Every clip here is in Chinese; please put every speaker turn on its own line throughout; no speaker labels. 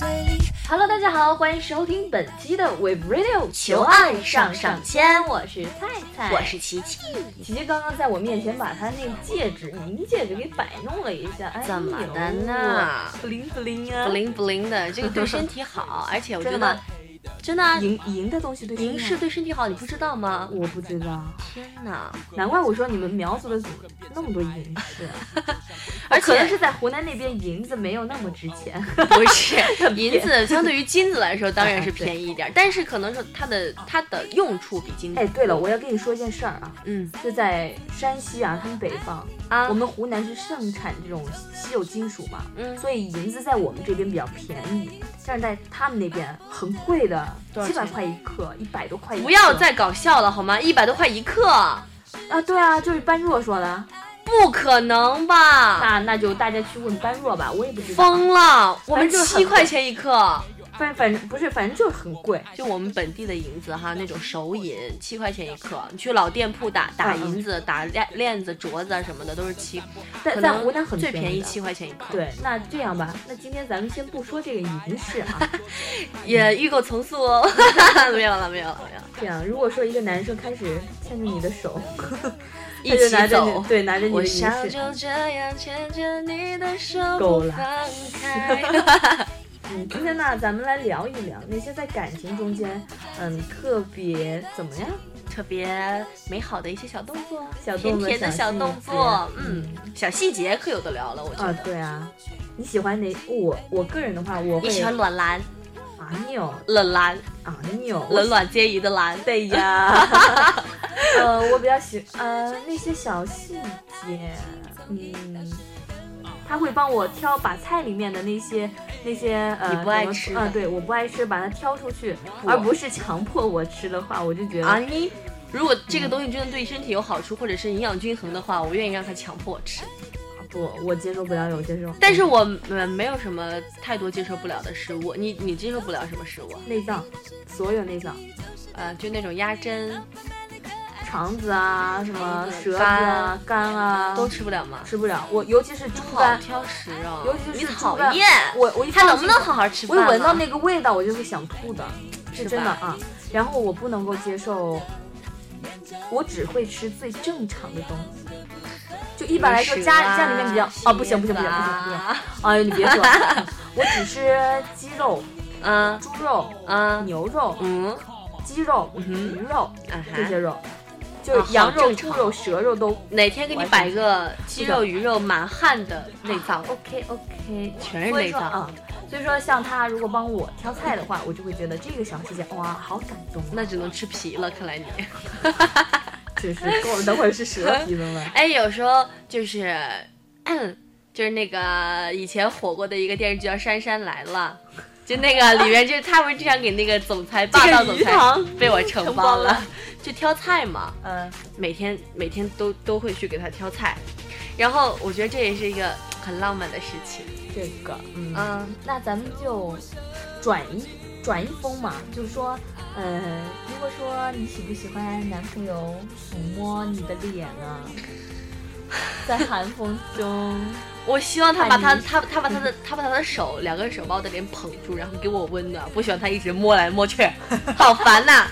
对立。
Hello，大家好，欢迎收听本期的 Wave Radio
求爱上上签
我是菜菜，
我是琪琪，
琪琪刚刚在我面前把她那戒指银戒指给摆弄了一下，哎呦，
怎么的呢
不灵不灵啊，
不灵不灵的，这个对身体 好，而且我觉
真的
得
吗
真的啊
银银的东西对身体
银饰对身体好，你不知道吗哦
好，？我不知道，
天哪！
难怪我说你们苗族的怎么那么多银饰啊，
而
可能
且
是在湖南那边银子没有那么值钱，
不是 银子，相对于金子来说当 然是便宜一点，但是可能是它的它的用处比金子
哎，对了，我要跟你说一件事儿啊，
嗯
就在山西啊，他们北方，
啊
我们湖南是盛产这种稀有金属嘛，
嗯
所以银子在我们这边比较便宜，但是在他们那边很贵的，
多少
七
钱
百块一克，一百多块一克。
不要再搞笑了好吗？一百多块一克，
啊！对啊，就是般若说的，
不可能吧？
那那就大家去问般若吧，我也不知道。
啊疯了！我们
反正就是
七
很
块钱一克，
反反正不是，反正就是很贵。
就我们本地的银子哈，那种手银七块钱一克，你去老店铺打打
嗯嗯
银子、打链链子、镯子啊什么的都是七，
在
可
在
能
湖南很
最便宜
的
七块钱一克。
对，那这样吧，那今天咱们先不说这个银饰啊，
也
嗯
预购从速 哦，没有了没有了没有了，
这样，如果说一个男生开始牵着你的手，
一
他就
起
拿着
走
你，。对，拿着你的
我
银
想
饰，
就这样牵着你的手
够
不
了
放开。
嗯，今天呢，咱们来聊一聊那些在感情中间，嗯，特别怎么样？
特别美好的一些小动作，
小动
甜
作
甜的
小
小
细
动
节
作，嗯，小细节可有的聊了，我觉
啊，
得。
对啊，你喜欢哪？我我个人的话，我会
你喜欢卵蓝，
啊钮
冷蓝，
啊钮，我
冷暖皆宜的蓝。
对 呀，呃，我比较喜呃那些小细节，嗯，他会帮我挑把菜里面的那些那些呃
你不爱
怎么
吃
啊、
的
对，我不爱吃，把它挑出去，
不
而不是强迫我吃的话，我就觉得、
啊你，如果这
嗯
个东西真的对身体有好处，或者是营养均衡的话，我愿意让他强迫我吃。
嗯不，我接受不了有些这种，
但是我呃没有什么太多接受不了的食物，你你接受不了什么食物啊？
内脏，所有内脏，
呃，就那种鸭胗
肠子啊，什么
肠子
舌子啊，肝啊，
都吃不了吗？
吃不了，我尤其是猪
好
肝，
挑食啊！
尤其是
你
猪
讨
肝
厌，
我我一
他
放
能不
进
能
去
好好吃
我
饭
一
啊？
闻到那个味道，我就会想吐的，是
是
真的
吧
啊。然后我不能够接受，我只会吃最正常的东西。就一般来说，
啊
家家里面比较哦，不行不行不行不行不行！哎呦，你别说， 我只吃鸡肉、
啊
猪肉、
啊
牛肉、
嗯
鸡肉、
嗯
鱼肉
啊
这些
哈！
肉，
啊
就
好
是羊肉、
正
猪
常
肉、蛇肉都
哪天给你摆个鸡
是
肉、
的
鱼肉满汉的内脏，
OK OK，
全是
所以
内
说
脏，
啊。所以说，像他如果帮我挑菜的话，我就会觉得这个小细节哇，好感动啊。
那只能吃皮了。看来你。
就是跟我们等会儿是蛇皮的吗？
哎，有时候就是，就是那个以前火过的一个电视剧叫《杉杉来了》，就那个里面就是他们经常给那个总裁霸道总
鱼
裁
塘，
被我承
承
包
包
了
了，
就挑菜嘛，
嗯，
每天每天都都会去给他挑菜，然后我觉得这也是一个很浪漫的事情。
这个，嗯，
嗯，
那咱们就转一转一风嘛，就说，呃，如果说你喜不喜欢男朋友抚摸你的脸啊，在寒风中，
我希望他把他
看你
他他把他的他把他的手两个手把我的脸捧住，然后给我温暖，不喜欢他一直摸来摸去，好烦呐、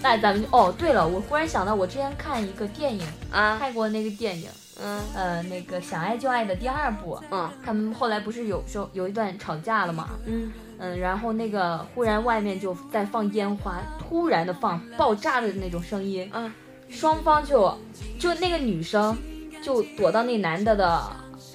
那咱们就哦，对了，我忽然想到，我之前看一个电影，
啊！
泰国那个电影，
嗯
呃，那个《想爱就爱》的第二部，
嗯
他们后来不是有时候有一段吵架了嘛，
嗯，
嗯，然后那个忽然外面就在放烟花，突然的放爆炸的那种声音，
嗯，
双方就就那个女生就躲到那男的的，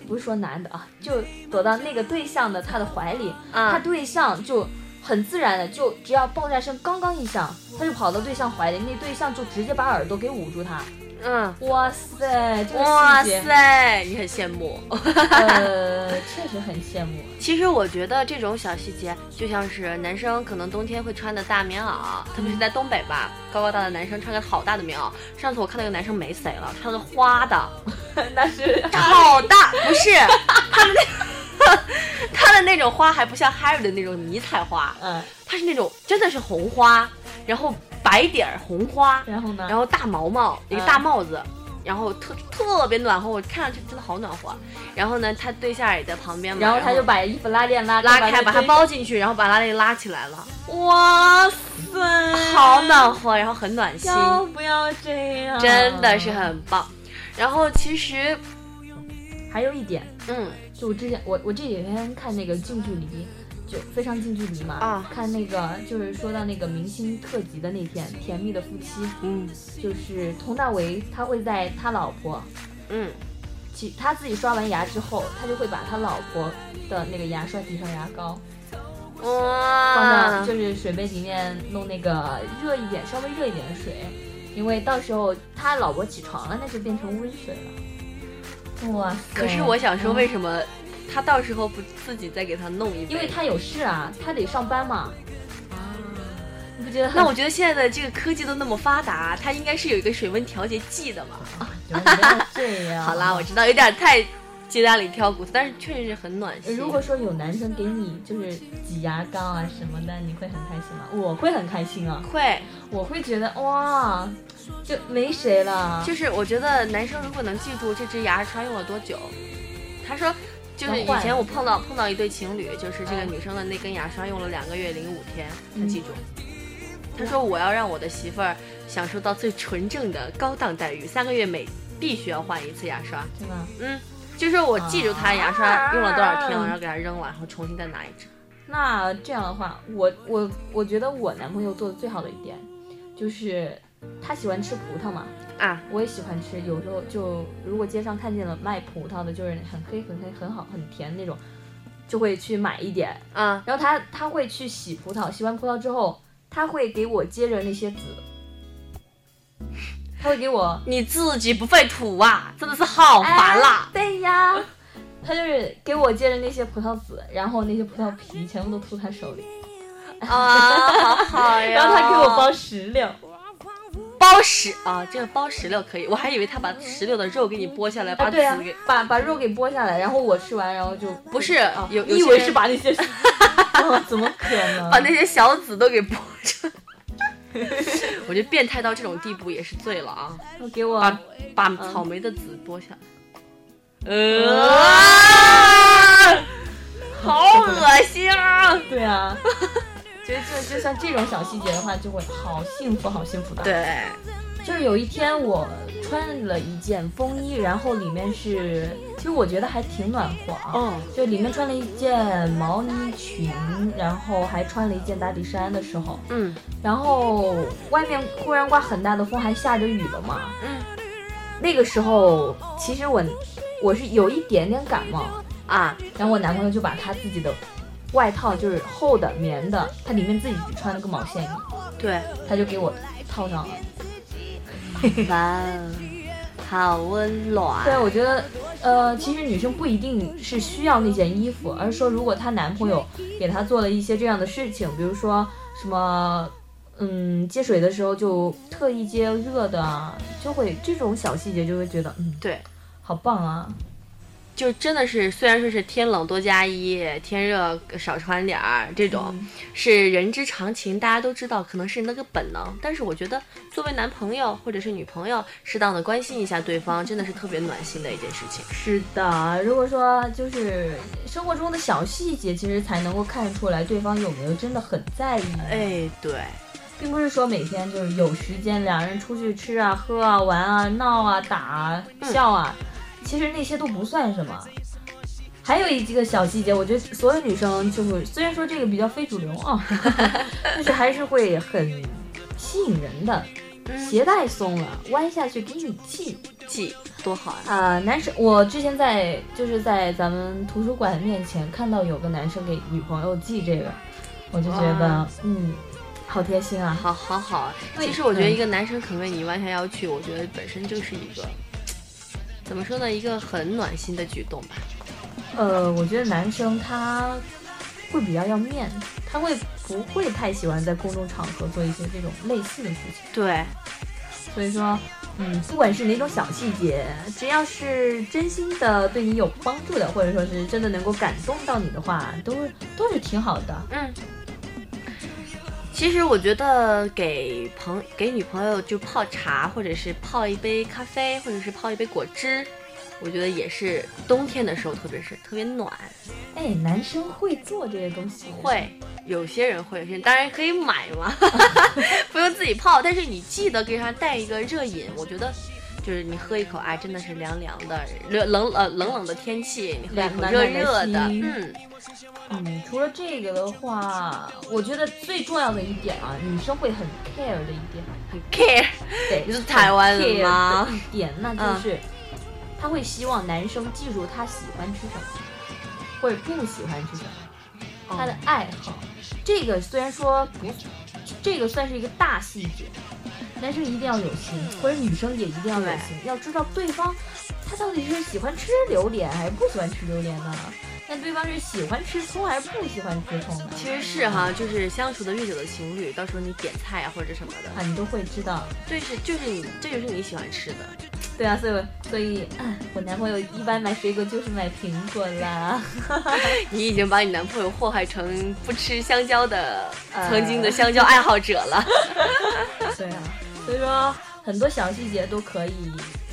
不是说男的啊，就躲到那个对象的他的怀里，他
啊，
对象就很自然的就只要爆炸声刚刚一响，他就跑到对象怀里，那对象就直接把耳朵给捂住他，
嗯，
哇塞，这个
哇
细节，
塞，你很羡慕。哦
呃，确实很羡慕，
其实我觉得这种小细节，就像是男生可能冬天会穿的大棉袄，特别是在东北吧，高高大的男生穿个好大的棉袄。上次我看到一个男生没谁了，穿的花 的，
那是
好大，不是他们那 他的那种花还不像 Harry 的那种迷彩花，
嗯，
他是那种真的是红花，然后白底儿红花，
然后呢？
然后大毛毛一个
嗯
大帽子，然后特特别暖和，我看上去真的好暖和。啊然后呢，他对象也在旁边嘛，
然
然
后他就把衣服拉链拉
拉开，把
把它
它包进去，然后把拉链拉起来了。哇塞，好暖和，然后很暖心，
要不要这样？
真的是。很棒。然后其实，
还有一点，
嗯，
就我之前我我这几天看那个近距离，就非常近距离嘛，
啊
看那个就是说到那个明星特辑的那天，《甜蜜的夫妻
嗯》
就是佟大为他会在他老婆
嗯
其他自己刷完牙之后，他就会把他老婆的那个牙刷挤上牙膏，放
哇
到，就是水杯里面弄那个热一点、稍微热一点的水，因为到时候他老婆起床了，那就变成温水了。哇塞！嗯
可是我想说，为什么他到时候不自己再给他弄一杯？
因为他有事啊，他得上班嘛。你不觉得很？
那我觉得现在的这个科技都那么发达，它应该是有一个水温调节剂的嘛。
觉得不要这样。
好啦，我知道有点太鸡蛋里挑骨头，但是确实是很暖心。
呃如果说有男生给你就是挤牙膏啊什么的，你会很开心吗？我会很开心啊，
会，
我会觉得哇，就没谁了。
就是我觉得男生如果能记住这支牙刷用了多久，他说。就是以
能换嗯
前我碰到碰到一对情侣，就是这个女生的那根牙刷用了两个月零五天，她记住。她说我要让我的媳妇儿享受到最纯正的高档待遇，三个月每必须要换一次牙刷。
真的。
嗯，就是我记住他牙刷用了多少
啊
天了，然后给他扔了，然后重新再拿一支。
那这样的话，我我我觉得我男朋友做的最好的一点，就是他喜欢吃葡萄嘛，
啊，
我也喜欢吃。有时候就如果街上看见了卖葡萄的，就是很黑很黑很好很甜那种，就会去买一点。
嗯，
然后他他会去洗葡萄，洗完葡萄之后，他会给我接着那些籽，他会给我
你自己不费土啊，真的是好烦啦
哎。对呀，他就是给我接着那些葡萄籽，然后那些葡萄皮全部都吐他手里，
啊，好好 呀。
然后他给我包石榴。
包石啊，这个包石榴可以，我还以为他把石榴的肉给你剥下来，把
啊，
籽
对啊
给。，
把把肉给剥下来，然后我吃完，然后就
不是
啊
有哦有
你以
些
为
人
是把那些， 啊怎么可能？
把那些小籽都给剥出来。 我觉得变态到这种地步也是醉了啊！
我给我
把把草莓的籽剥下来，呃，好恶心啊！
对啊，觉得就就像这种小细节的话，就会好幸福，好幸福的。，
对，
就是有一天我穿了一件风衣，然后里面是，其实我觉得还挺暖和啊。
嗯
就里面穿了一件毛呢裙，然后还穿了一件打底衫的时候，
嗯
然后外面忽然刮很大的风，还下着雨了嘛。
嗯
那个时候，其实我我是有一点点感冒，
啊，
然后我男朋友就把他自己的外套，就是厚的棉的，他里面自己穿了个毛线衣，
对，
他就给我套上了。
哇哦，好温暖
对，我觉得，呃，其实女生不一定是需要那件衣服，而是说如果她男朋友给她做了一些这样的事情，比如说什么，嗯，接水的时候就特意接热的啊，就会这种小细节就会觉得，嗯，
对，
好棒啊，
就真的是，虽然说是天冷多加衣，天热少穿点儿，这种、是人之常情，大家都知道，可能是那个本能。但是我觉得，作为男朋友或者是女朋友，适当的关心一下对方， 真的是特别暖心的一件事情。
是的，如果说就是生活中的小细节，其实才能够看出来对方有没有真的很在意，
哎，对，
并不是说每天就是有时间两人出去吃啊、喝啊、玩啊、闹啊、打啊、笑啊，其实那些都不算什么。还有一个小细节，我觉得所有女生就会，虽然说这个比较非主流啊， 但是还是会很吸引人的。
嗯，
鞋带松了，弯下去给你系。
记嗯多好啊！
啊、男生，我之前在就是在咱们图书馆面前看到有个男生给女朋友寄这个，我就觉
哇
得嗯，好贴心啊。
好好好，
对
其实我觉得一个男生肯为你弯下腰去，我觉得本身就是一个，怎么说呢，一个很暖心的举动吧。
呃，我觉得男生他会比较要面子，他会不会太喜欢在公众场合做一些这种类似的事情。
对，
所以说，嗯，不管是哪种小细节，只要是真心的对你有帮助的，或者说是真的能够感动到你的话，都都是挺好的。
嗯。其实我觉得给朋给女朋友就泡茶，或者是泡一杯咖啡，或者是泡一杯果汁，我觉得也是冬天的时候，特别是特别暖。
哎，男生会做这些东西？
会，有些人会，有些人当然可以买嘛， 不用自己泡。但是你记得给他带一个热饮，我觉得。就是你喝一口啊，真的是凉凉的，冷冷呃冷冷的天气，你喝一口热热的，
暖暖的
嗯，
嗯，除了这个的话，我觉得最重要的一点啊，女生会很 care 的一点，
很 care。
对，
你是台湾人吗
很
嗯
care 的一点，那就是、她会希望男生记住她喜欢吃什么，或者不喜欢吃什么，
哦
她的爱好。这个虽然说不，这个算是一个大细节，男生一定要有心，或者女生也一定要有心，要知道对方他到底是喜欢吃榴莲还是不喜欢吃榴莲呢？那对方是喜欢吃葱还是不喜欢吃葱呢？
其实是哈，就是相处的越久的情侣，到时候你点菜啊或者什么
啊，
的，
你都会知道。
对，是就是你这就是你喜欢吃的，
对啊，所以我所以，唉我男朋友一般买水果就是买苹果啦。
你已经把你男朋友祸害成不吃香蕉的
呃
曾经的香 蕉爱好者了。
对啊，所以说很多小细节都可以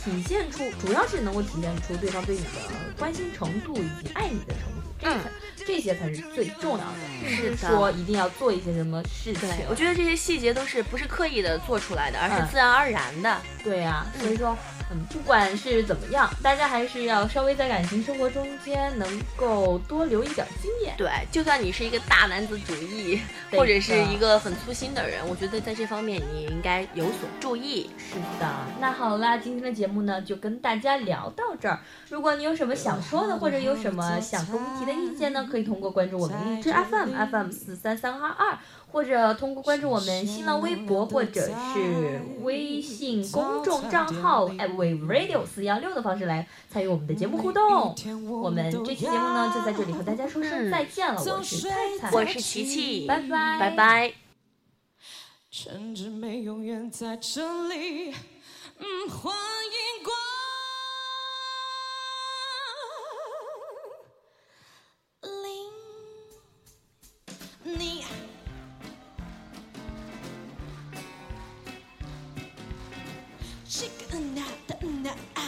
体现出，主要是能够体现出对方对你的关心程度以及爱你的程度，
嗯，
这些才是最重要的，并不
是的
是说一定要做一些什么事情
对。，我觉得这些细节都是不是刻意的做出来的，而是
嗯
自然而然的。
对啊，所以说，嗯，不管是怎么样，大家还是要稍微在感情生活中间能够多留一点经验。
对，就算你是一个大男子主义，
对嗯
或者是
的
一个很粗心的人，我觉得在这方面你也应该有所注意。
是的，那好啦，今天的节目呢就跟大家聊到这儿。如果你有什么想说的，或者有什么想跟我们提的意见呢，可以通过关注我们荔枝 FM FM 四三三二二，或者通过关注我们新浪微博或者是微信公众账号 a w a v Radio 四幺六的方式来参与我们的节目互动。我们这期节目呢就在这里和大家说声再见了，我是菜菜，
我是琪
嗯
琪，
拜拜
拜拜。
趁着没有人在这里，嗯，欢迎光临。你这个那的那啊，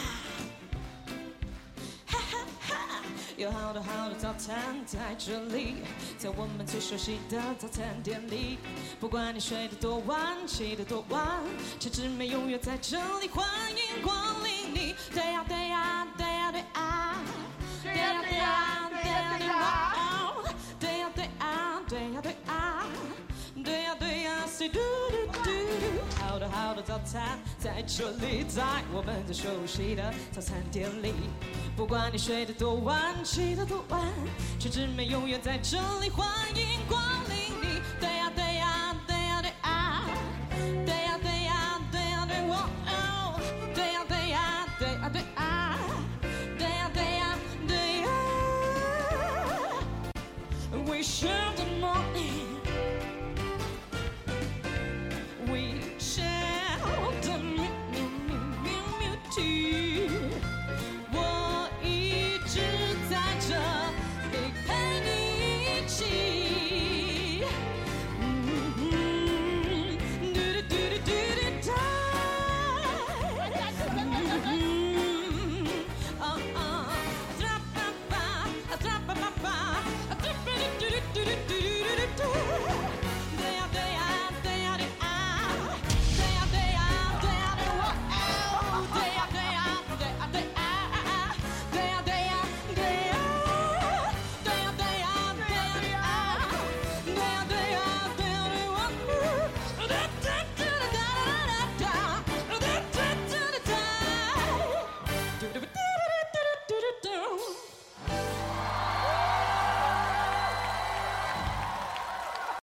哈哈哈！有好多好多早餐在这里，在我们最熟悉的早餐店里。不管你睡得多晚，起得多晚，这姊妹永远在这里，欢迎光临你。对呀、对呀、对呀、对啊，对呀、对呀、对呀、对呀、对呀、对呀、对呀、对呀、对呀、对呀、谁嘟嘟嘟嘟，好的好的早餐在这里，在我们最熟悉的早餐店里。不管你睡得多晚，起得多晚，这姊妹永远在这里，欢迎光